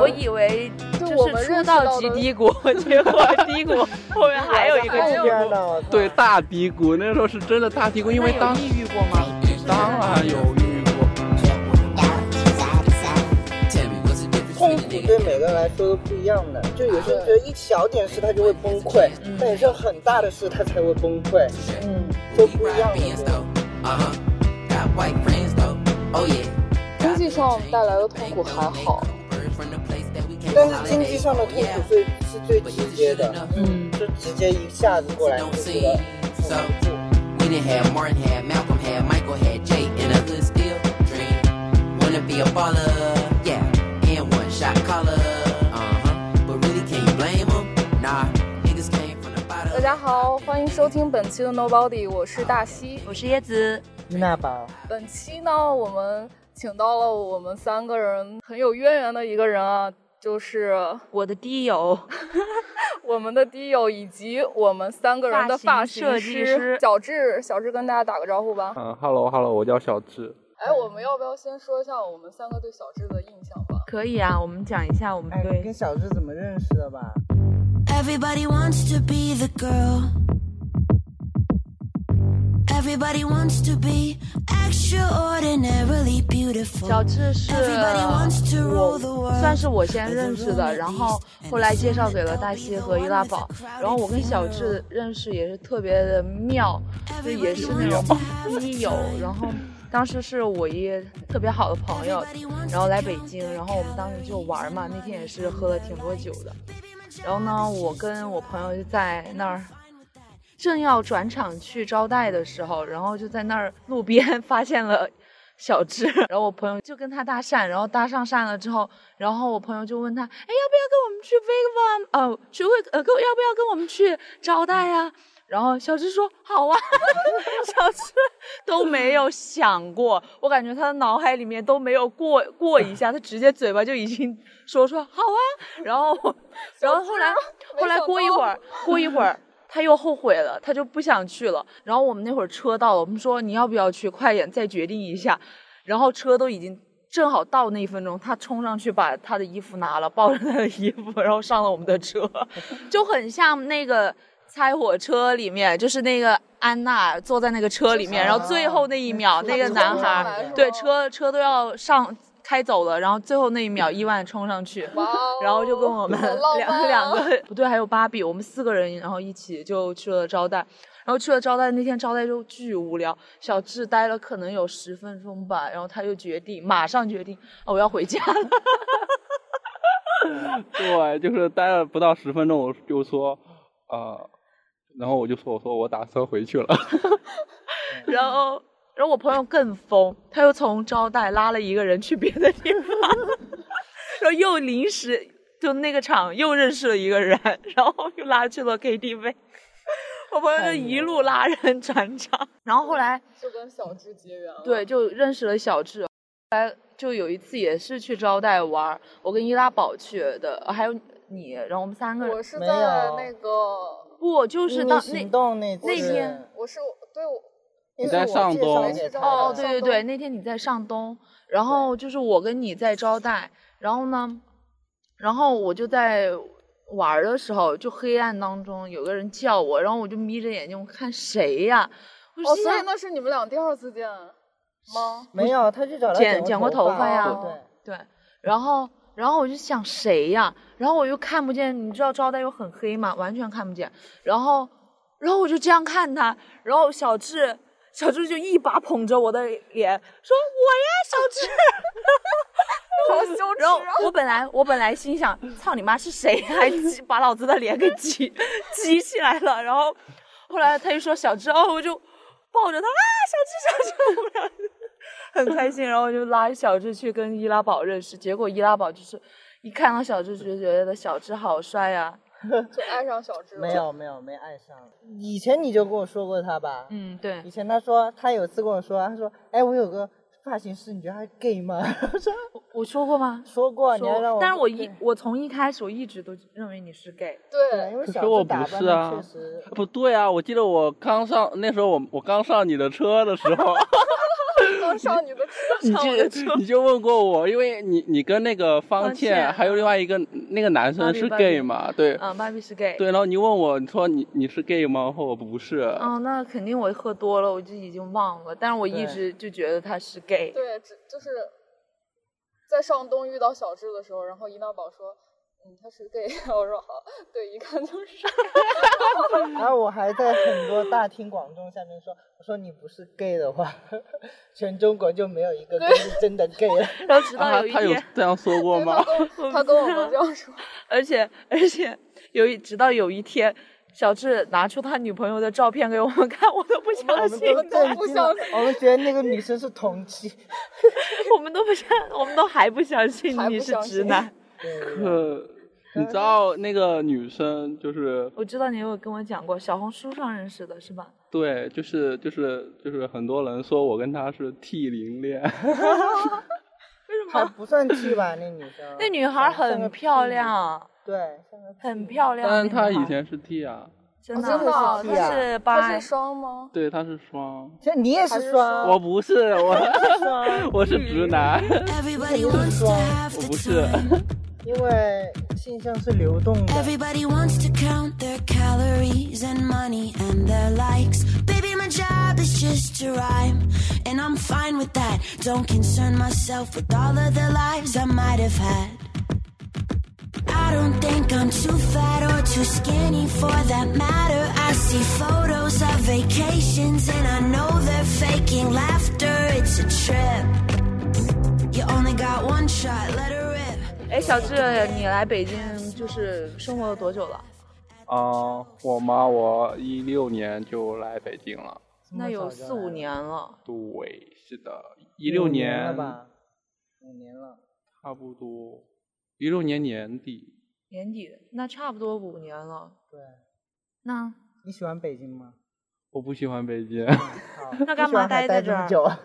我以为就就我是们出认识道到即的低谷， 结果低 谷后面还有一个还低有谷。呢，对，大低谷，那时候是真的大低谷，因为当抑郁过吗？当然有遇过，痛苦对每个人来说都不一样的，就有些人觉得一小点事他就会崩溃，但有些很大的事他才会崩溃，嗯，都不一样的。经济上带来的痛苦还好，但是经济上的痛苦最是最直接的，嗯，就直接一下子过来就觉得很难过。 We didn't have Martin, had Malcolm, had Michael, had Jay, and a hood still dream. Wanna be a baller, yeah, and one shot collar, uh huh. But really, can you blame 'em? Nah, niggas came from the 大 bottom. 家好，欢迎收听本期的 Nobody，我是大西。我是椰子，那吧，本期呢，我们请到了我们三个人很有渊源的一个人啊，就是我的低友，我们的低友以及我们三个人的发发型型设计师小智。小智跟大家打个招呼吧。嗯，hello hello，我叫小智，哎，我们要不要先说一下我们三个对小智的印象吧？可以啊，我们讲一下我们哎，你对跟小智怎么认识的吧？ Everybody wants to be the girl. Everybody wants to be extraordinarily beautiful. 小智是 Everybody wants to rule the 我 world. 算是我先认识的，然后后来介绍给了大西和易拉宝，然后我跟小智认识也是特别的妙，就也是那种低友，然后当时是我一特别好的朋友，然后来北京，然后我们当时就玩嘛，那天也是喝了挺多酒的，然后呢，我跟我朋友就在那儿。正要转场去招待的时候，然后就在那儿路边 发现了小智，然后我朋友就跟他搭讪，然后搭上讪了之后，然后我朋友就问他，哎，要不要跟我们去 Viva 呃聚会呃跟要不要跟我们去招待呀、然后小智说好啊， 小智都没有想过，我感觉他的脑海里面都没有过过一下，他直接嘴巴就已经说出好啊，然后我然后后来 后来过一会儿过一会儿。他又后悔了，他就不想去了。然后我们那会儿车到了，我们说你要不要去，快点再决定一下。然后车都已经正好到那一分钟，他冲上去把他的衣服拿了，抱着他的衣服，然后上了我们的车， 就很像那个猜火车里面，就是那个安娜坐在那个车里面，然后最后那一秒，那个男孩儿啊对车车都要上开走了，然后最后那一秒意外冲上去。哇哦然后就跟我们好浪漫两啊两个 不对，还有芭比，我们四个人，然后一起就去了招待。然后去了招待，那天招待就巨无聊，小智待了可能有十分钟吧，然后他就决定，马上决定，哦，我要回家了。 对，就是待了不到十分钟，我就说，呃，然后我就说，我说我打算回去了， 然后，然后我朋友更疯，他又从招待拉了一个人去别的地方， 然后又临时就那个场又认识了一个人，然后又拉去了 KTV。我朋友就一路拉人转场，然后后来就跟小智结缘了。对，就认识了小智。后来就有一次也是去招待玩儿，我跟易拉宝去的，呃还有你，然后我们三个我人。是没在有那个，不，就是秘到密那行动那次那天我是对我那你是在我上介绍东给他的哦，上对对东对，那天你在上东，然后就是我跟你在招待，然后呢，然后我就在玩儿的时候，就黑暗当中有个人叫我，然后我就眯着眼睛我看谁呀、我哦，心所以想那是你们俩第二次见吗？没有，他去找他剪剪过头发呀对，对，然后然后我就想谁呀、然后我又看不见，你知道招待又很黑嘛，完全看不见。然后然后我就这样看他，然后小智小智就一把捧着我的脸说：“我呀， 好羞耻小智。”啊！我本来我本来心想：“操你妈是谁呀、还挤把老子的脸给挤挤起来了。”然后后来他一说小智，哦，我就抱着他啊，小智小智，我们俩就很开心，然后就拉小智去跟易拉宝认识，结果易拉宝就是一看到小智就觉得小智好帅啊呀、就爱上小智了。没有没有没爱上。以前你就跟我说过他吧？嗯，对以前他说他有次跟我说，他说哎我有个发型师，你觉得他 gay 吗？我说我说过 吗？说过，你还让说我，但是我一对我从一开始我一直都认为你是 gay，对， 因为小可是我智打不扮是的啊确实 不对啊，我记得我刚上那时候我我刚上你的车的时候，登上你的车你上我的就车。 你就问过我，因为你你跟那个方方倩倩还有另外一个那个男生芭比是芭比 gay 嘛？对啊，芭比是 gay。对，然后你问我，你说你你是 gay 吗？然后我不是，啊，那肯定我喝多了，我就已经忘了，但是我一对直就觉得他是 gay。对，只就是在上东遇到小智的时候，然后伊娜宝说，嗯，他是 gay，我 说好，对，一看就是然后我还在很多大庭广众下面说，我说你不是 gay 的话， 全中国就没有一个 gay 是真的 gay 了。然后直啊到有一他有天，这样说过吗？我他不跟我知们道这样说，而且而且有一直到有一天，小智拿出他女朋友的照片给我们看，我都不我相们信，都震不惊了相信，我们觉得那个女生是同 妻。我们都不相，我们都还不相信还你不是相直信男。可你知道那个女生就是我知道你有跟我讲过，小红书上认识的是吧？对，就是就是就是很多人说我跟她是 T 零恋，还不算 T 吧，那女生。那女孩像个很屁漂。亮，对，像个屁很漂亮。但是她那女孩以前是 T 啊，真哦真的她啊她是八他是双吗？对，她是双，像你也还是是双， 我不是 我我是直男， Everybody wants to have 我 the 不是 time. 因为性向是流动哎的。 Everybody wants to count their calories and money and their likes. Baby, my job is just to rhyme, and I'm fine with that. Don't concern myself with all of the lives I might have had. I don't think I'm too fat or too skinny for that matter. I see photos of vacations and I know they're faking laughter. It's a trip. You only got one shot, let it rip. 哎，小智，你来北京就是生活了多久了？啊，我妈我一六年就来北京了，这么那有早就四来五了，年了。对，是的，一一六了年吧，五年了。差不多，一六年年底，年底，那差不多五年了。对，那你喜欢北京 吗？我不喜欢北京。好，那你干喜嘛欢还待待在这这么儿 久？啊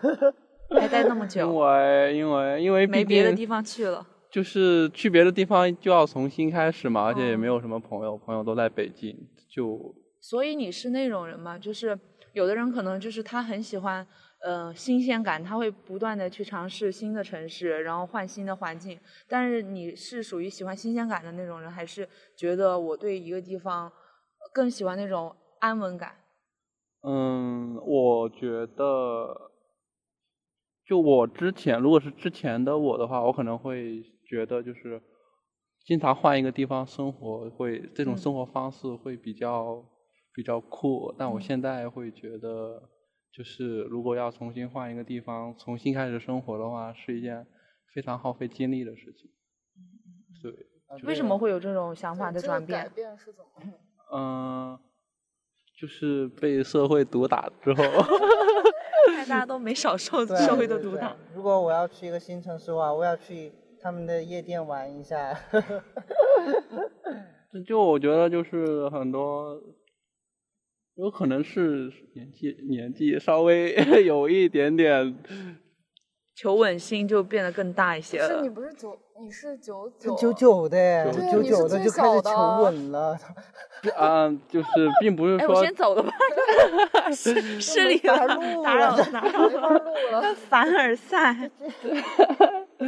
还待那么因久，为因为因为毕没别的竟地方去了。就是去别的地方就要重新开始嘛，而且也嗯没有什么朋友，朋友都在北京，就所以你是那种人吗？就是有的人可能就是他很喜欢，呃，新鲜感，他会不断的去尝试新的城市，然后换新的环境。但是你是属于喜欢新鲜感的那种人，还是觉得我对一个地方更喜欢那种安稳感？嗯，我觉得，就我之前如果是之前的我的话，我可能会觉得就是经常换一个地方生活会，这种嗯生活方式会比较比较酷。但我嗯现在会觉得，就是如果要重新换一个地方，重新开始生活的话，是一件非常耗费精力的事情。嗯对，为什么会有这种想法这的个转改变？变是怎么？嗯、就是被社会毒打之后。 大家都没少受对 社会的对毒对打。如果我要去一个新城市的话，我要去他们的夜店玩一下。就就我觉得就是很多，有可能是年纪年纪稍微 有一点点，求稳心就变得更大一些是你了。不是九，你是九他九九九的，对九你是九的最就开始小的求稳了。 啊、就是并不是哎，我说先走了 吧， 失失礼打了，路打扰了了，打没扰法了。录了， 凡尔赛，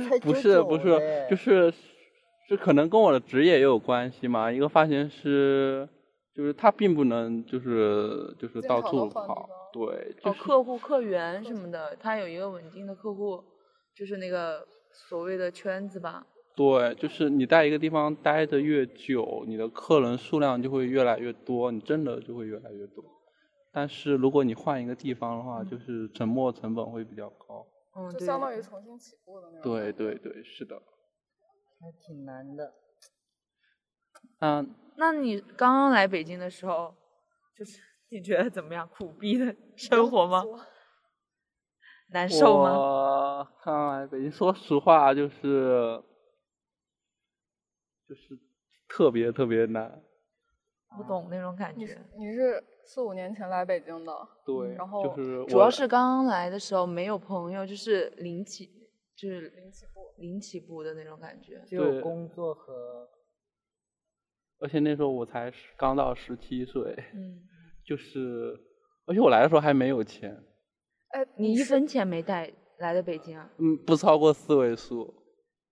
才不是99不是哎嘞，就是是可能跟我的职业也有关系嘛。一个发型师，就是他并不能就是就是经到常处地换地跑方，对，就哦，是、客户、客源什么的，他有一个稳定的客户，就是那个所谓的圈子吧。对，就是你在一个地方待的越久，你的客人数量就会越来越多，你挣的就会越来越多。但是如果你换一个地方的话，就是沉没成本会比较高。嗯，就对。相当于重新起步的那种。对对对，是的。还挺难的。嗯，那你刚刚来北京的时候，就是你觉得怎么样？苦逼的生活吗？难受吗？我看来北京，说实话就是就是特别特别难。不懂那种感你觉是。你是四五年前来北京的，对，然后就是嗯主要我是刚刚来的时候没有朋友，就是零起，就是零起步，零起步的那种感觉。只有对工作和，而且那时候我才十刚到十七岁，嗯，就是而且我来的时候还没有钱。哎，你一是分钱没带来的北京啊？嗯，不超过四位数。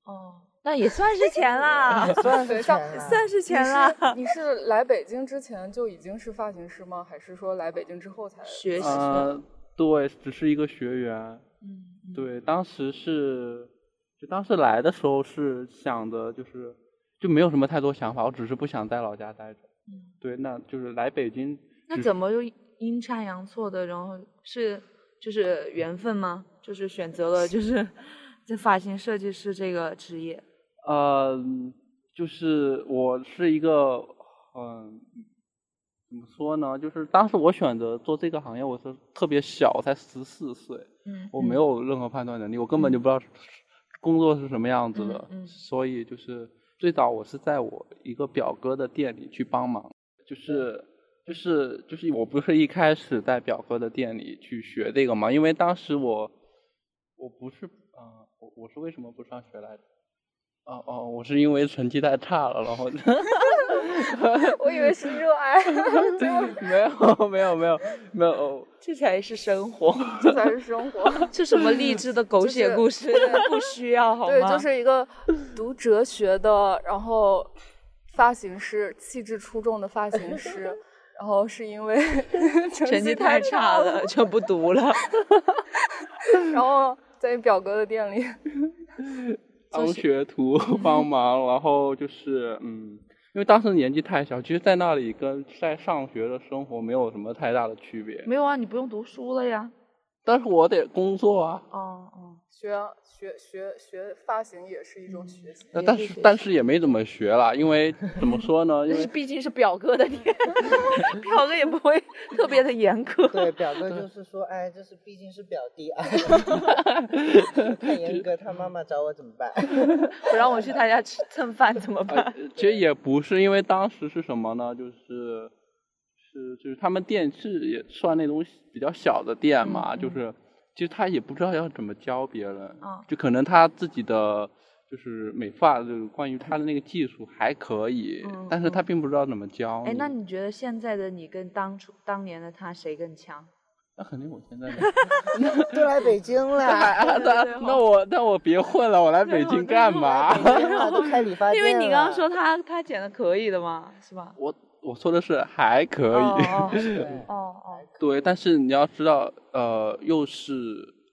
哦，那也算是钱啦 算是对钱像啊算是钱啦。你是来北京之前就已经是发型师吗？还是说来北京之后才？学习，呃，对，只是一个学员。嗯，对，当时是，就当时来的时候是想的，就是就没有什么太多想法，我只是不想在老家待着。对，那就是来北京，那怎么又阴差阳错的，然后是就是缘分吗？就是选择了就是这发型设计师这个职业。呃，就是我是一个，嗯、怎么说呢？就是当时我选择做这个行业，我是特别小，我才十四岁，嗯，我没有任何判断能力，我根本就不知道工作是什么样子的，嗯嗯所以就是最早我是在我一个表哥的店里去帮忙，就是就是就是我不是一开始在表哥的店里去学这个嘛，因为当时我我不是啊、我我是为什么不上学来着？哦哦，我是因为成绩太差了，然后 我以为是热 爱，结果 没有没有没有哦没有，这才是生 活。这才是生活。这什么励志的狗血故 事？不需要好吗？ 对，就是一个读哲学的，然后发型师，气质出众的发型师， 然后是因 为成绩太差了，了，就不读 了。然后在表哥的店里，当 学徒帮忙，然后就是嗯，因为当时年纪太小，其实在那里跟在上学的生活没有什么太大的区别。没有啊，你不用读书了呀。但是我得工作啊，哦哦，学啊学学学发型也是一嗯种 学习。那也但是是学但是也没怎么学啦，因为怎么说呢？就因是为毕竟是表哥 的店，表哥也不会特别的严苛。对，表哥就是说，哎，这是毕竟是表弟啊，太严格，他妈妈找我怎么办？ 不让我去他家吃蹭饭怎么办？呃其实也不是，因为当时是什么呢？就是是就是他们店是也算那种比较小的店嘛，就是其实他也不知道要怎么教别人，嗯就可能他自己的就是美发就是关于他的那个技术还可以，嗯但是他并不知道怎么教哎，那你觉得现在的你跟当初当年的他谁更强？那肯定我 现在都来北京了，啊那那我那我别混了，我来北京干嘛？ 北京了都开理发店因了为你呃刚刚说他他剪的可以的嘛，是吧？我我说的是还可以。哦对哦哦 对，但是你要知道，呃，又是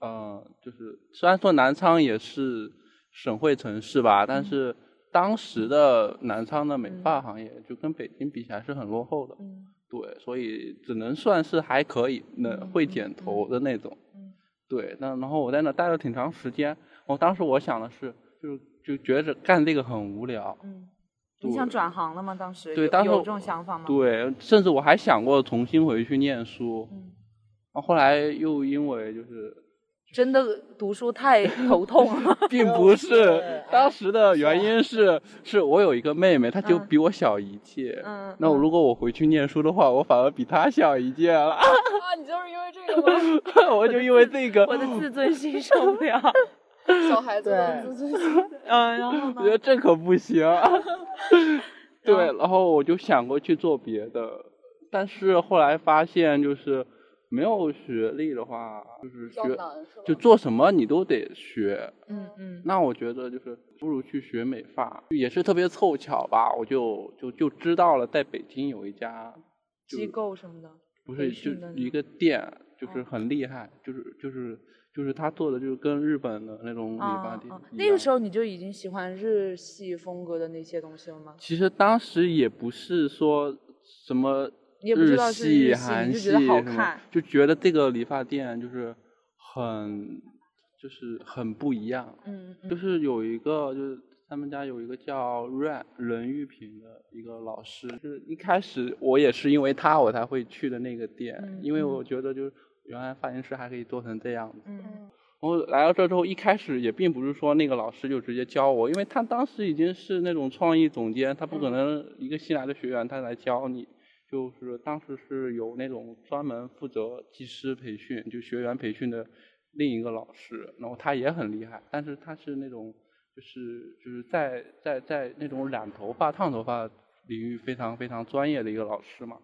呃，就是虽然说南昌也是省会城市吧，嗯但是当时的南昌的美发行业就跟北京比起来是很落后的，嗯对，所以只能算是还可以，能会剪头的那种，嗯对。那然后我在那待了挺长时间，我当时我想的是，就就觉着干这个很无聊，嗯，你想对转行了吗？当时对有当时有我这种想法吗？对，甚至我还想过重新回去念书，嗯然后后来又因 为就是真的读书太头痛 了。并不是对当时的原因是，是我有一个妹妹，她就啊嗯比我小一届。嗯， 那我嗯如果我回去念书的话，我反而比她小一 届了。啊，你就是因为这个吗？我就因为这个，我的自尊心受不了。小孩子的自尊心。嗯，然后我觉呢？得这可不行。啊 对，然后我就想过去做别的，但是后来发现就是没有学历的话，就是比较学难是吧就做什么你都得学。 嗯嗯那我觉得就是不如去学美发，也是特别凑巧吧，我就就就知道了，在北京有一家就机构什么的。不培是就训的那哦一个店，就是很厉害，就是就是就是他做的就是跟日本的那种理发啊店啊！一那个样时候你就已经喜欢日系风格的那些东西了吗？其实当时也不是说什么你也不知道是日系、系韩你就系觉什得好么看，就觉得这个理发店就是很就是很不一样。嗯嗯就是有一个，就是他们家有一个叫 Ran 任玉平的一个老师，就是一开始我也是因为他我才会去的那个店，嗯因为嗯我觉得就是原来发型师还可以做成这样子。嗯然后来到这之后，一开始也并不是说那个老师就直接教我，因为他当时已经是那种创意总监，他不可能一个新来的学员他来教你，就是当时是有那种专门负责技师培训，就学员培训的另一个老师，然后他也很厉害，但是他是那种就是就是在在在那种染头发、烫头发领域非常非常专业的一个老师嘛。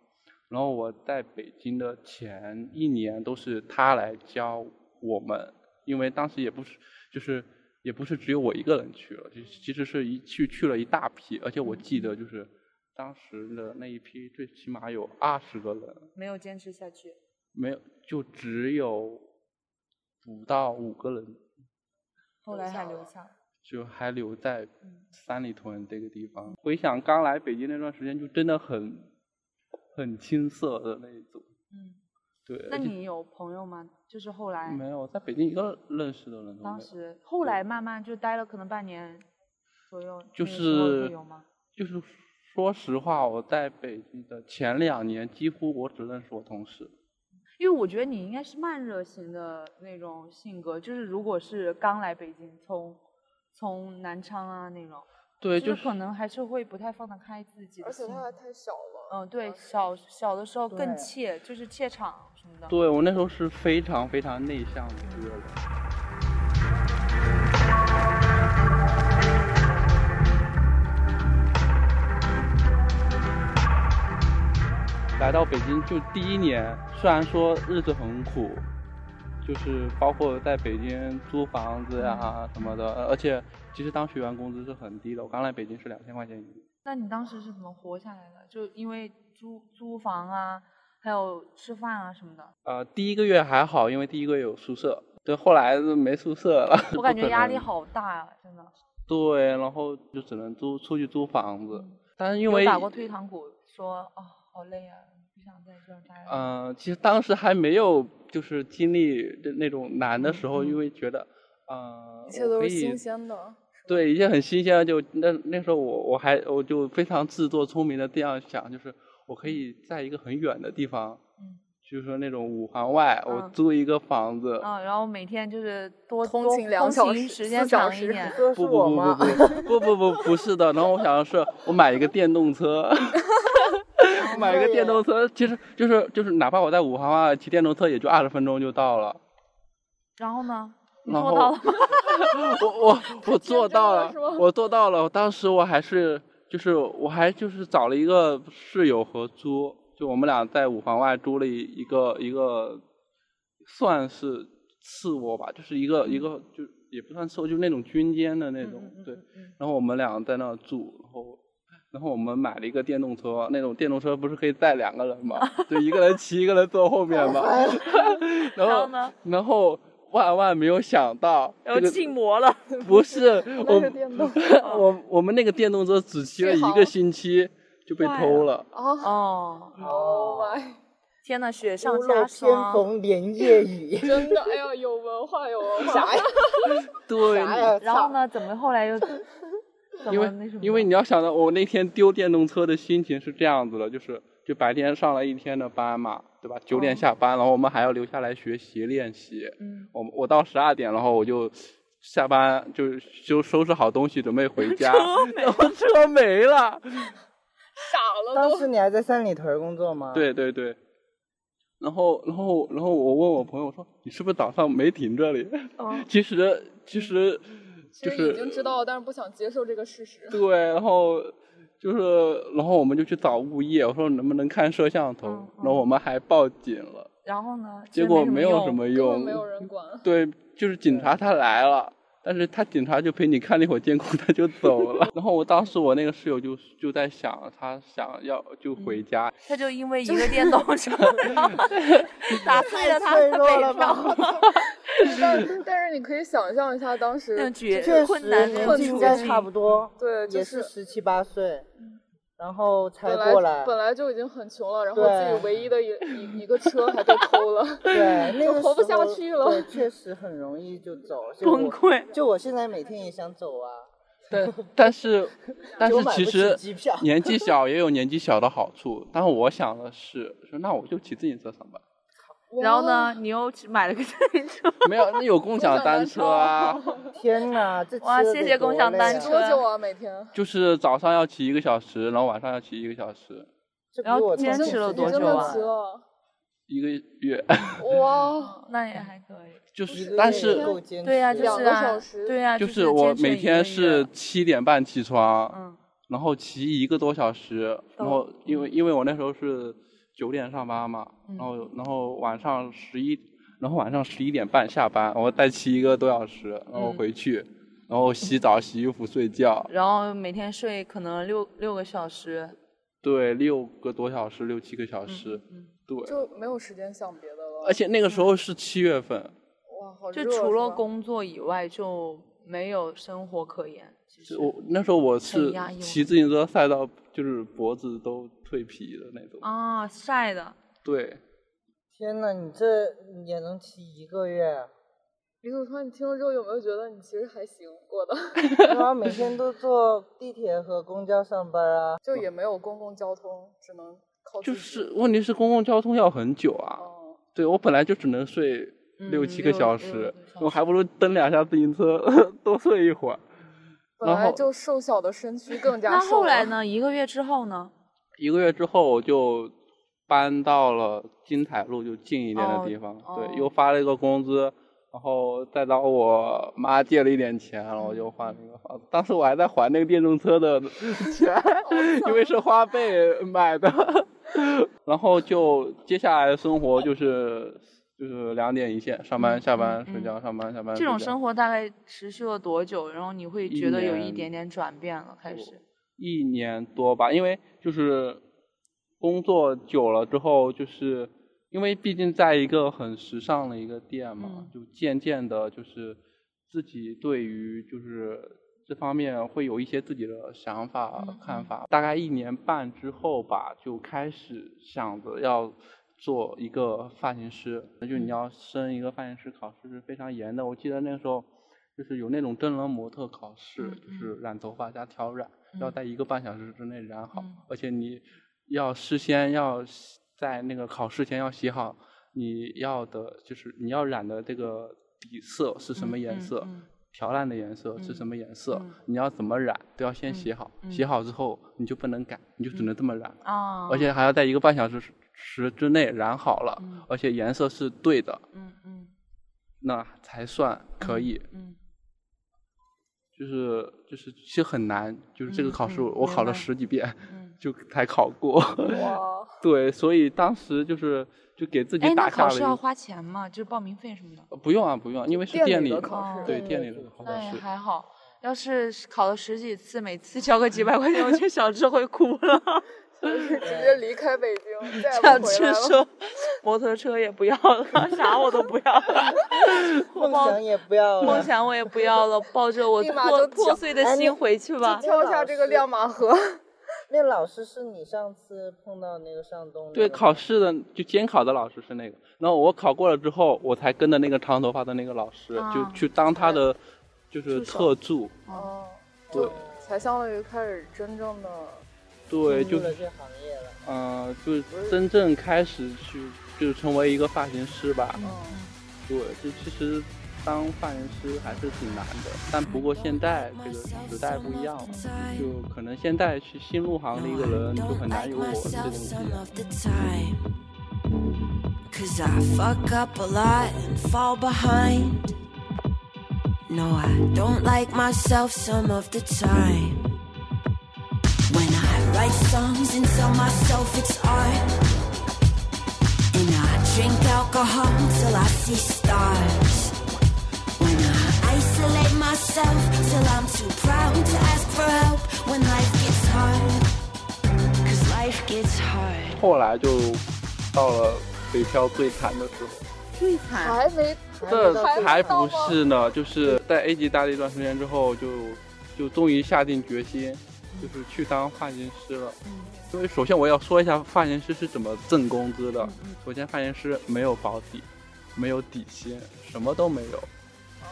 然后我在北京的前一年都是他来教我们，因为当时也不是就是也不是只有我一个人去了，就其实是一去去了一大批，而且我记得就是当时的那一批最起码有二十个人，没有坚持下去。没有就只有不到五个人后来还留下了，就还留在三里屯这个地方。回想刚来北京那段时间，就真的很很青涩的那一种。嗯，对，那而且你有朋友吗？就是后来，没有在北京一个认识的人都没有。当时后来慢慢就待了可能半年左右，就那个时候是会有吗？就是说实话，我在北京的前两年，几乎我只认识我同事。因为我觉得你应该是慢热型的那种性格，就是如果是刚来北京，从从南昌啊那种，对，就就是是可能还是会不太放得开自己的而且性他啊格还太小了。嗯，对，当时小小的时候更对。怯，就是怯场什么的。对我那时候是非常非常内向的一个人。来到北京就第一年，虽然说日子很苦，就是包括在北京租房子呀、嗯什么的，而且其实当学员工资是很低的，我刚来北京是两千块钱一个月。那你当时是怎么活下来的？就因为租租房啊，还有吃饭啊什么的，呃，第一个月还好，因为第一个月有宿舍，对，后来就没宿舍了。我感不觉可压力能好大啊，真的。对，然后就只能租出去租房子。嗯但是因有为，打过退堂鼓，说啊、好累啊，不想在这儿待了。嗯、其实当时还没有就是经历的那种难的时候，因为觉得，呃，嗯一切我都可是以新鲜的，对，一切很新鲜。啊就那那时候我我还我就非常自作聪明的这样想，就是我嗯可以在一个很远的地方，嗯，就是说那种五环外，我嗯租一个房子。嗯啊，然后每天就是多通多勤两小通勤时时四间小长一时点 说是不我不吗？不不不不不不不是的，然后我想的是，我买一个电动 车，买一个电动车，其实就是就是，哪怕我在五环外骑电动车，也就二十分钟就到了。然后呢？你然做后到了吗？ 我我我做到了真的是吗，我做到了。当时我还是就是我还就是找了一个室友合租，就我们俩在五环外租了一一个一个算是次卧吧，就是一个一个就也不算次卧，就那种军间的那种，对。然后我们俩在那住，然后。然后我们买了一个电动车，那种电动车不是可以载两个人吗？ 就一个人骑，一个人坐后面嘛。 然后呢？然后万万没有想到，哦这个魔 了。不是那我是电 动我我们那个电动车只骑了一个星期就被偷了，啊哦， ！Oh my，。天呐，雪上屋漏加偏霜。逢连夜雨 真的，哎呀，有文化，有文化。啥呀？对，啥呀？然后呢？怎么后来 又怎因么那为什么？因为你要想到我那天丢电动车的心情是这样子的，就是就白天上了一天的班嘛，对吧？九点下班，然后我们还要留下来学习练习，嗯，我我到十二点，然后我就。下班就就收拾好东西准备回家，然后 车没了，傻了当都。时你还在三里屯工作啊吗？，对对对。然后，然后，然后我问我朋友说：“你是不是早上没停这里？” 其实，其实哦嗯其就实已经知是道了，但是不想接受这个事实。对，然后就是，然后我们就去找物业，我说能不能看摄像头？嗯嗯然后我们还报警了，然后呢？结果没有什用。么根用本。没有人管。对，就是警察他来了，但是他警察就陪你看了一会儿监控，他就走了。 然后我当时我那个室友就就在想，他想要就嗯回家，他就因为一个电动车，然后 打碎了他脆的弱了北吧漂， 但但是你可以想象一下 当那时种，绝确困实难年的纪应处该境嗯差不多，对，就也是是十七八岁，然后才本过来来。本来就已经很穷了，然后对自己唯一的一一一个车还被偷了，对，那个活不时候下去了对，确实很容易就走，所以崩我。溃。就我现在每天也想走啊，但但是，但就是买其不实起机票年纪小也有年纪小的好处。但是我想的是，说那我就骑自行车上班，然后呢，你又去买了个自行车，没有那有共享单车啊， 天哪，这哇吃得谢得谢多共享累单啊车多久啊？每天就是早上要骑一个小时，然后晚上要骑一个小时，这比然后我坚通勤持了时多间真久还的啊急了，一个月哇！ 那也还可以。就一是，个但月是也够坚持对呀、就两是个啊小时，对呀、就是我坚持每天一个是月七点半起床，嗯然后骑一个多小时，然后因为因为我那时候是九点上班嘛，然后然后晚上十一然后晚上十一点半下班，我带骑一个多小时，然后回去，然后洗澡、洗衣服、睡觉，然后每天睡可能六六个小时，对，六个多小时，六七个小时，对。就没有时间想别的了。而且那个时候是七月份，哇，好就热除是了吧工作以外就没有生活可言。其实就我那时候我很是压抑我骑自行车赛到就是脖子都蜕皮的那种，啊，晒的，对，天呐，你这也能骑一个月？啊李祖川，你听了之后有没有觉得你其实还行过的， 然后每天都坐地铁和公交上班啊。就也没有公共交通，只能靠自嗯就己是问题是公共交通要很久啊，哦，对我本来就只能睡嗯六七个六小六时个，小我还不如蹬两下自行车 多睡一会儿。本然来后就瘦小的身躯更加那瘦。后来？呢？一个月之后呢？一个月之后我就搬到了金台路，就近一点的地方。哦对，又发了一个工资，然后再找我妈借了一点钱，然后嗯我就换了一个房子。当时我还在还那个电动 车的钱，因为是花呗买的。 然后就接下来的生活就是就是两点一线，上班下班睡觉，上班下班嗯这种睡觉生活大概持续了多久？然后你会啊一觉得有一年点点转变了，开始。一年多吧，因为就是工作久了之后，就是因为毕竟在一个很时尚的一个店嘛，就渐渐的，就是自己对于就是这方面会有一些自己的想法、看法。大概一年半之后吧，就开始想着要。做一个发型师，就你要升一个发型师考试是非常严的。我记得那个时候，就是有那种真人模特考试，就是染头发加挑染，嗯要在一个半小时之内染好，而且你要事先要洗在那个考试前要洗好你要的，就是你要染的这个底色是什嗯么颜色，调染的颜色是什么颜色，你要怎么染都要先洗嗯好，洗好之后你就不能改，你就只能这么染，啊，而且还要在一个半小时时之内染好了，而且颜色是对的，嗯嗯那才算可以。嗯就是就是其实很难，就是这个嗯考试嗯我我考明白了十几遍 嗯。就才考过。哇， 对，所以当时就是就给自哎己，打那下考了一试要个。花钱吗？就是报名费什么的？呃不用啊，不用啊，因为是店里的的，考试，对嗯店里的考那也试。哎还好。要是考了十几次，每次交个几百块钱，我去小智会哭了。直接离开北京，再也小不回来智了。说，摩托车也不要了，啥我都不要 了，梦想也不要梦了。想我也不要了，抱着我立马破就破跳碎的哎心那回去吧。挑一下这个亮马河，那老师是你上次碰到那个上东那对个考试的就监考的老师是那个，然后我考过了之后，我才跟着那个长头发的那个老师，就啊去当他的就是助手特助。哦，对才相当于开始真正的 对，进嗯就入了这行业了。嗯，就是真正开始去就是成为一个发型师吧。嗯对，就其实当发型师还是挺难的，但不过现在这个时代不一样了，就可能现在去新入行的一个人就很 Don't 难 like 有我这种 myself 职 some 业。 of the time. Cause I fuck up a lot and fall behind. No, I don't like myself some of the time. When I write songs and tell myself it's art. And I drink alcohol till I see stars. When I isolate myself till I'm too proud to ask for help when life gets hard. Cause life gets hard. 后来就到了北漂最惨的时候。还没这还才到不吗是呢，就是在 A 级待了一段时间之后，就就终于下定决心，就是去当发型师了。因为首先我要说一下发型师是怎么挣工资的。首先，发型师没有保底，没有底薪，什么都没有，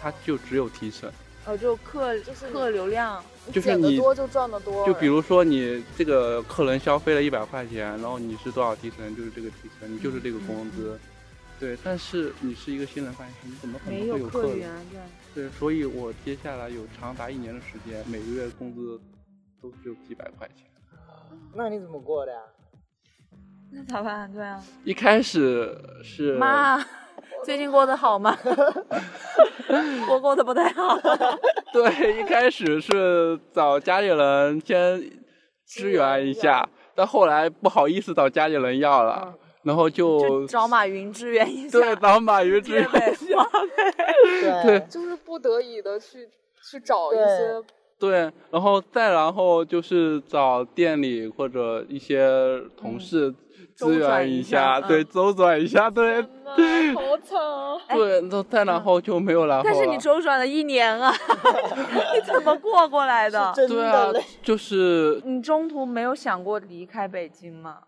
他就只有提成。哦，就客就是客流量，就是剪得你多就赚得多，就比如说你这个客人消费了一百块钱，然后你是多少提成，就是这个提成，你就是这个工资。对，但是你是一个新人发型师，你怎么可能没会有客客人？源，对，对，所以我接下来有长达一年的时间，每个月工资都只有几百块钱。那你怎么过的呀？那咋办？对啊，一开始是妈，最近过得好吗？我过得不太好。 对，一开始是找家里人先支援一下，但后来不好意思找家里人要了，然后就找马云支援一下，对找马云支对援，对，就是不得已的去去找一对些对，然后再然后就是找店里或者一些同事嗯周支转援一下，下嗯对，周转一下， 对天呐，好惨啊！对，然后再然后就没有然后哎但是你了周转了一年 啊，你怎么过过来的？真对的啊累。，就是你中途没有想过离开北京吗？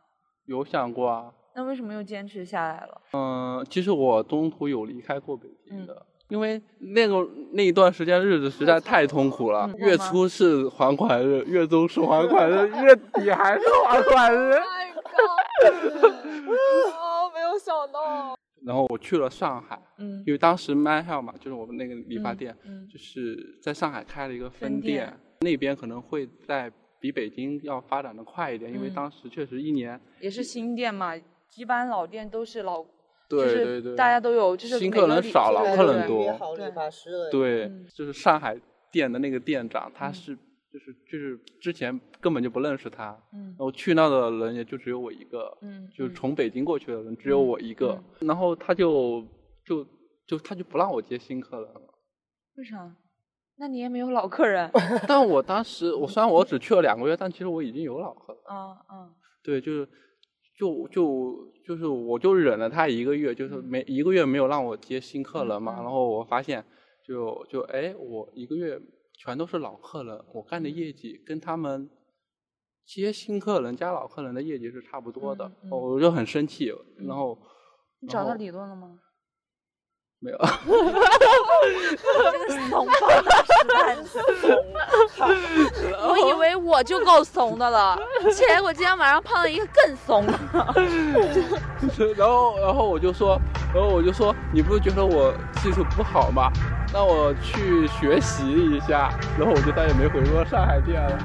有想过啊，那为什么又坚持下来了？嗯，其实我中途有离开过北京的，嗯因为那个那一段时间日子实在太痛苦了。嗯月初是还款日，月中是还款日，月底还是还款日。 太高了哎啊！没有想到，然后我去了上海，嗯因为当时 m y h e l 嘛，就是我们那个理发店，嗯就是在上海开了一个分分店那边可能会在比北京要发展的快一点，因为嗯当时确实一年，也是新店嘛，一般老店都是老，就对是对对，大家都有，就是新每客个人里少了对客对人对多约好理发师了，对嗯，就是上海店的那个店长，他是就是就是之前根本就不认识他，嗯哦然后去那的人也就只有我一个，嗯，就是嗯从北京过去的人只有我一个，然后他就就就他就不让我接新客人了。为啥？那你也没有老客 人但我当时我虽然我只去了两个月，但其实我已经有老客了。啊啊！对，就是就就就是我就忍了他一个月，就是没一个月没有让我接新客人嘛，嗯嗯嗯然后我发现就就哎，我一个月全都是老客人，我干嗯的业绩跟他们接新客人加老客人的业绩是差不多的，嗯嗯嗯我就很生气，然后你找然他后理论了吗？没有， 这个怂吧，实在是。 我以为我就够怂的了，结果今天晚上碰到一个更怂的。然后然后我就说，然后我就说，你不是觉得我技术不好吗？那我去学习一下，然后我就再也没回过上海店了。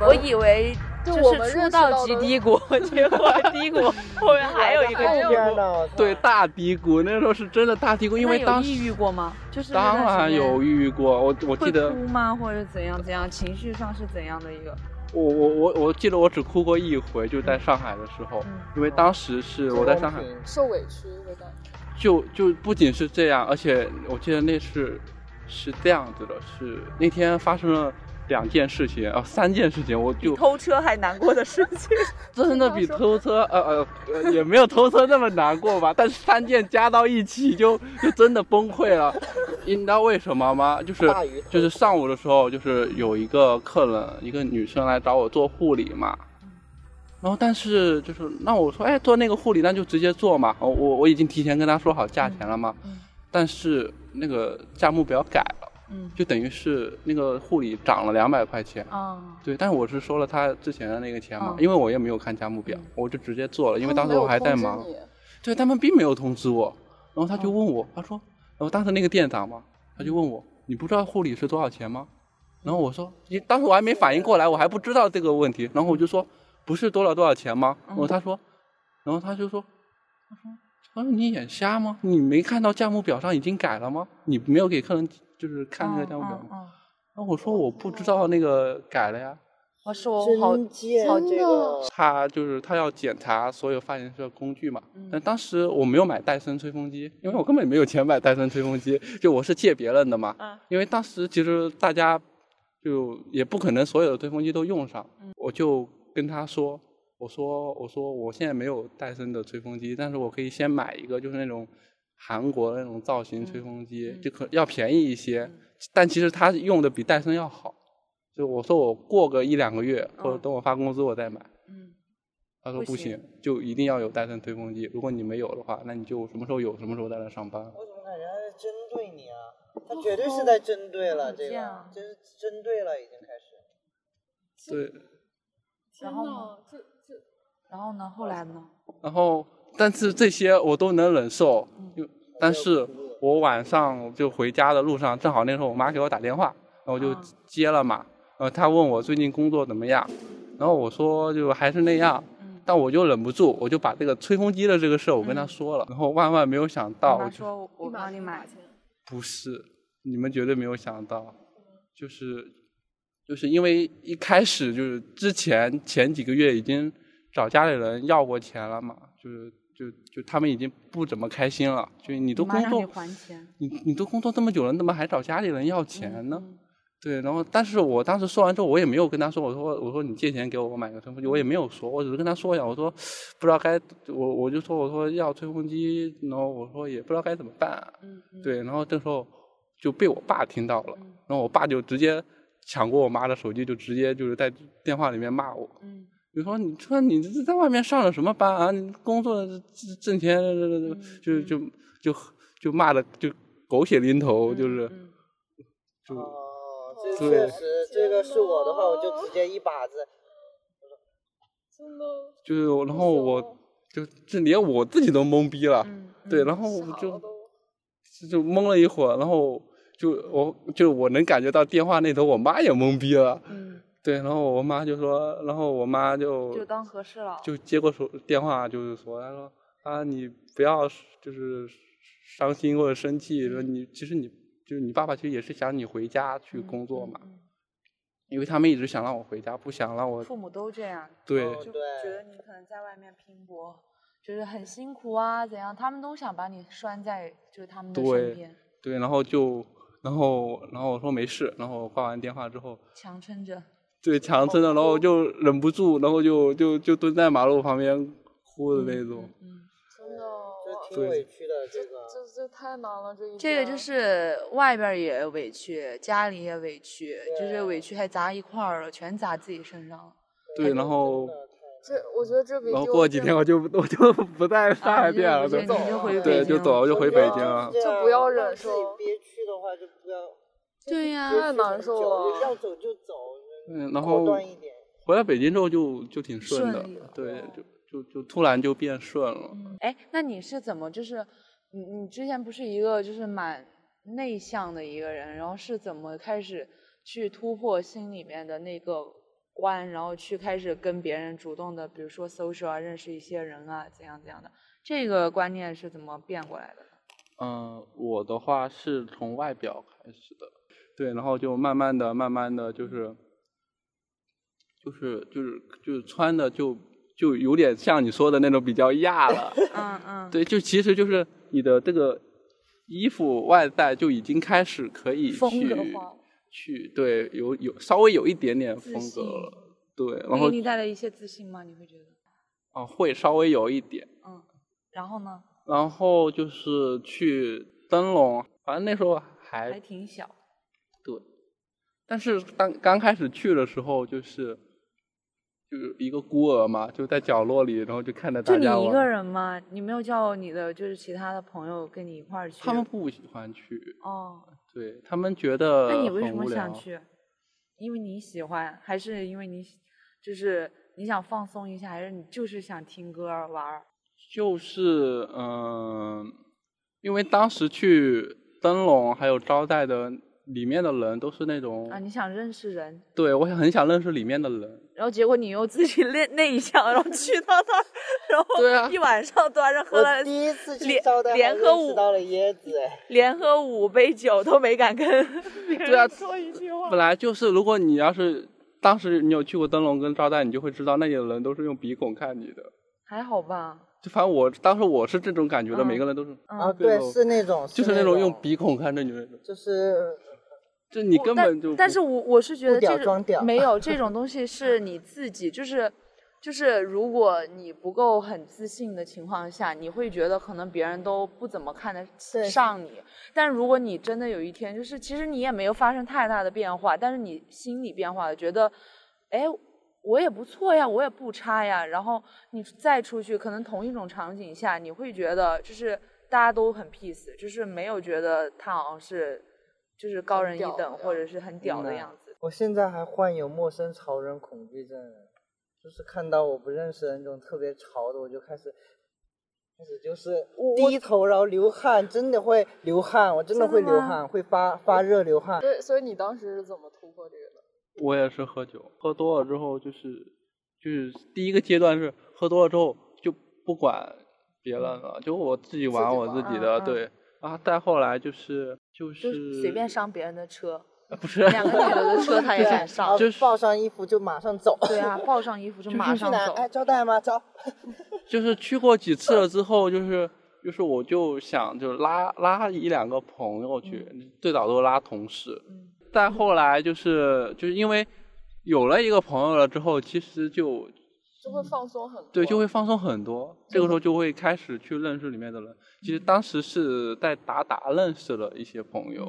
我以为就就我是们出认识道到即的低谷，结果低 谷后面还有一个还低谷有后边呢， 对，大低谷，那时候是真的大低谷，因那为有当抑郁时过吗？就是那当段然时间有抑郁过，我我记会得哭吗？或者怎样怎样？情绪上是怎样的一个？我我我我记得我只哭过一回，就在上海的时候，嗯因为当时是周我文在上海，平受委屈的感觉。就就不仅是这样，而且我记得那是是这样子的，是那天发生了两件事情啊、三件事情，我就偷车还难过的事情。真的比偷车，呃呃呃，也没有偷车那么难过吧。 但是三件加到一起就就真的崩溃了。你知道为什么吗？就是大于偷就是上午的时候，就是有一个客人，一个女生来找我做护理嘛。然后但是就是那我说，哎，做那个护理那就直接做嘛。我我我已经提前跟她说好价钱了嘛。但是那个价目表改了， 嗯就等于是那个护理涨了两百块钱。啊，对，但是我是收了他之前的那个钱嘛，嗯因为我也没有看价目表，我就直接做了，因为嗯他当们时没我有还在通知忙。你嗯对他们并没有通知我，然后他就问我，他说，然后当时那个店长嘛，他就问我，你不知道护理是多少钱吗？然后我说，你当时我还没反应过来，我还不知道这个问题，然后我就说，不是多少多少钱吗？然后嗯他说，然后他就说，他说，他说你眼瞎吗？你没看到价目表上已经改了吗？你没有给客人就是看那个价目表嗯吗？嗯嗯然后我说我不知道那个改了呀。我哦说我好真贱，好这个他就是他要检查所有发行社工具嘛。嗯嗯但当时我没有买戴森吹风机，因为我根本没有钱买戴森吹风机，就我是借别人的嘛。因为当时其实大家就也不可能所有的吹风机都用上，我就跟他说，我说我说我现在没有戴森的吹风机，但是我可以先买一个，就是那种韩国的那种造型吹风机，就可要便宜一些，但其实他用的比戴森要好。就我说我过个一两个月，或者等我发工资我再买。嗯他说不不行行，就一定要有戴森吹风机。如果你没有的话，那你就什么时候有什么时候再来上班。我怎么感觉他在针对你啊？他绝对是在针对了，这贱个啊就是针对了，已经开始。对，天后呐，这这然后呢？后来呢？嗯然后但是这些我都能忍受，就但是我晚上就回家的路上，正好那时候我妈给我打电话，然后我就啊接了嘛。呃，她问我最近工作怎么样，然后我说就还是那样。嗯但我就忍不住，我就把这个吹风机的这个事儿我跟她说了，然后万万没有想到，我妈就说我帮你买，不是，你们绝对没有想到，就是就是因为一开始就是之前前几个月已经找家里人要过钱了嘛，就是就就他们已经不怎么开心了，就是你我都妈工让你作还钱，嗯你你都工作这么久了，你怎么还找家里人要嗯钱呢？对，然后但是我当时说完之后，我也没有跟他说，我说我说你借钱给我，我买个吹风机，我也没有说，我只是跟他说一下，我说不知道该我我就说我说要吹风机，然后我说也不知道该怎么办、嗯对，然后这时候就被我爸听到了，然后我爸就直接抢过我妈的手机，就直接就是在电话里面骂我，嗯就说你说你这在外面上了什么班啊？你工作挣挣钱，嗯就就就就骂的就狗血淋头，就是嗯就哦，这对确实，这个是我的话，我就直接一把子。真的。就是我，然后我就这连我自己都懵逼了，哦嗯，啊对，嗯然后我傻就了都就就懵了一会儿，然后就我就我能感觉到电话那头我妈也懵逼了，嗯对，然后我妈就说，然后我妈就就当合适了。就接过手电话，就是说，她说啊，你不要就是伤心或者生气，说你其实你就是你爸爸其实也是想你回家去嗯工作嗯嘛，因为他们一直想让我回家，不想让我父母都这样，对哦就觉对，得你可能在外面拼搏，就是很辛苦啊，怎样，他们都想把你拴在就是他们的对身边，对，然后就然后然后我说没事，然后挂完电话之后，强撑着，对强撑着，然后就忍不住，然后就就就蹲在马路旁边哭的那种，嗯，真的，哇这对挺委屈的这个。这这太难了，这一这个边就是外边儿也委屈，家里也委屈，就是对委屈还砸一块儿了，全砸自己身上了。对，然后这，我觉得这比然后丢过几这天我就我就不在上啊海你就面了，我觉对得。你就回对对，北就京走，了就回北京啊了了，。这样就不要让忍自己受憋屈的话，就不要对呀、憋屈太难很久受了要走就走，嗯，然果后断一点。回来北京之后就就挺顺的顺利了，对，哦就就就突然就变顺了。哎，那你是怎么就是，你你之前不是一个就是蛮内向的一个人，然后是怎么开始去突破心里面的那个关，然后去开始跟别人主动的，比如说 social 啊，认识一些人啊，怎样怎样的，这个观念是怎么变过来的？ 嗯，我的话是从外表开始的，对，然后就慢慢的、慢慢的就是，就是就是就是穿的就就有点像你说的那种比较亚了，嗯嗯，对，就其实就是你的这个衣服外在就已经开始可以风去格化，去对有有稍微有一点点风格信了，对，然给后你带来一些自信吗？你会觉得？啊会稍微有一点。嗯，然后呢？然后就是去灯笼，反正那时候还还挺小，对，但是当刚开始去的时候，就是就是一个孤儿嘛，就在角落里，然后就看着就大你家一个玩。人吗？你没有叫你的就是其他的朋友跟你一块儿去？他们不喜欢去，哦，对他们觉得那你为什很么无想聊？去？因为你喜欢，还是因为你喜就是你想放松一下，还是你就是想听歌儿玩儿？就是嗯、呃因为当时去灯笼还有招待的里面的人都是那种，啊，你想认识人，对我很想认识里面的人，然后结果你又自己内内向，然后去到那儿，然对啊后一晚上端着喝了我第一次去连招待，连喝五吃到了椰子，哎连喝五杯酒都没敢跟 别对啊人说一句话。本来就是，如果你要是当时你有去过灯笼跟招待，你就会知道那里的人都是用鼻孔看你的。还好吧，就反正我当时我是这种感觉的，嗯每个人都是，嗯，啊，对对，哦是那种，就是那那种用，鼻孔看着你的那种，就是就你我根但本就不但是我我是觉得不屌这种装屌没有 这种东西是你自己，就是就是如果你不够很自信的情况下，你会觉得可能别人都不怎么看得对上你。但如果你真的有一天，就是其实你也没有发生太大的变化，但是你心理变化了，觉得，哎。我也不错呀，我也不差呀。然后你再出去，可能同一种场景下，你会觉得就是大家都很 peace，就是没有觉得他好像是就是高人一很屌等的或者是很屌的嗯呐样子。我现在还患有陌生潮人恐惧症，就是看到我不认识的那种特别潮的，我就开始就是就是低头，然后流汗，真的会流汗，我真的会流汗，会发发热流汗。所以所以你当时是怎么突破这个的？我也是喝酒，喝多了之后就是就是第一个阶段是喝多了之后就不管别人了，就我自己玩我自己的，嗯嗯对。啊，再后来就是就是就是随便上别人的 车，呃不是两个女的的车他也敢然 上。后就是抱上衣服就马上走。对 啊，抱上衣服就马去上哪？走。哎，招待吗？走。就是去过几次了之后，就是就是我就想就拉拉一两个朋友去，最早都拉同事，再后来就是就是因为有了一个朋友了之后，其实就就会放松很多。嗯对就会放松很多，这个时候就会开始去认识里面的人。其实当时是在达达认识了一些朋友，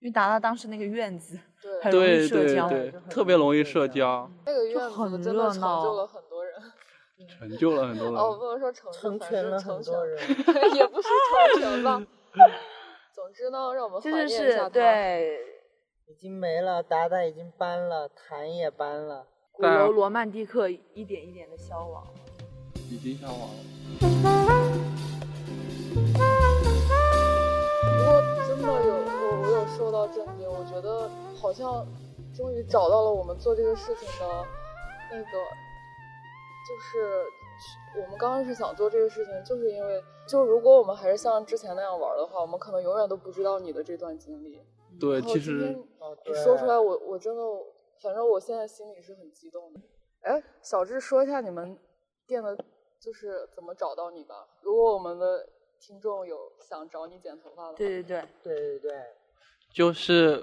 因为达达当时那个院 子对很容易对社对交对，特别容易社交，那个院很子真热的成就闹了很多人。成就了很多哦，人。不能说成就成反全正了成很全多人， 也不是成全 吧。总之呢，让我们怀这念就一下是他。对已经没了，达达已经搬了，谭也搬了。鼓但楼罗曼蒂克一点一点的消亡。已经上网了。不过真的有我，我有受到震惊。我觉得好像终于找到了我们做这个事情的那个，就是我们刚开始想做这个事情，就是因为就如果我们还是像之前那样玩的话，我们可能永远都不知道你的这段经历。对，然后其今实呃天哦，你对，说出来我，我真的，反正我现在心里是很激动的。嗯哎，小智说一下你们店的，就是怎么找到你吧。如果我们的听众有想找你剪头发的，对，对对，对对对，就是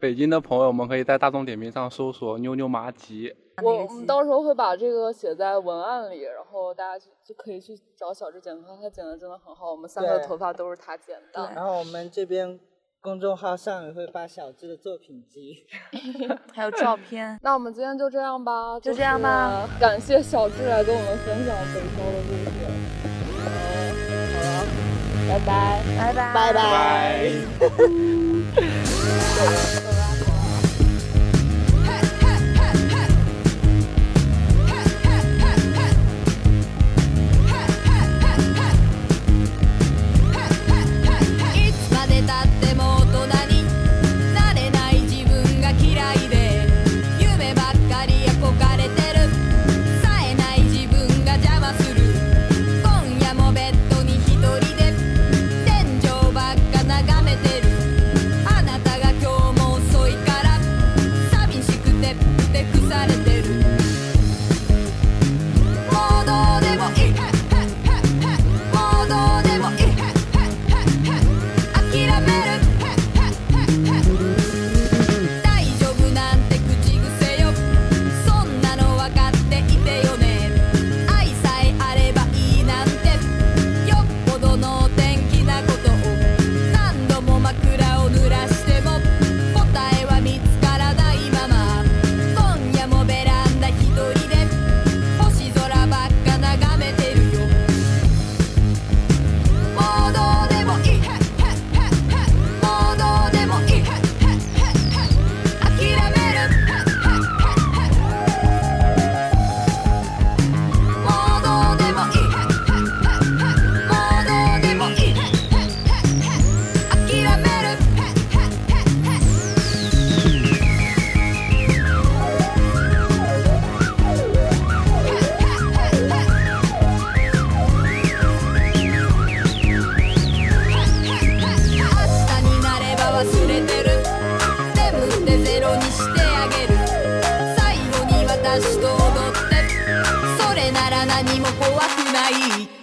北京的朋友们可以在大众点评上搜索“妞妞麻吉我我们到时候会把这个写在文案里，然后大家去就可以去找小智剪头发，他剪的真的很好，我们三个对头发都是他剪的。。然后我们这边公众号上也会发小智的作品集。还哎有照片那我们今天就这样吧，就这样吧。感谢小智来跟我们分享北漂的故事。好啊拜了，拜拜。拜。拜”，拜拜。いつまでたっても大人になれない自分が嫌いで夢ばっかり憧れてる冴えない自分が邪魔する今夜もベッドに一人で天井ばっか眺めてるあなたが今日も遅いから寂しくてふてくされてるもうどうでもいいもうどうでもいい諦める大丈夫なんて口癖よそんなの分かっていてよね愛さえあればいいなんてよっぽどの天気なことを何度も枕を濡らしても答えは見つからないまま今夜もベランダ一人で星空ばっか眺めてるよもうどうでもいいもうどうでもいい諦めるもうどうでもいいもうどうでもいい諦める明日になれば忘れてる眠ってゼロにしてあげる最後に私と踊ってそれなら何も怖くない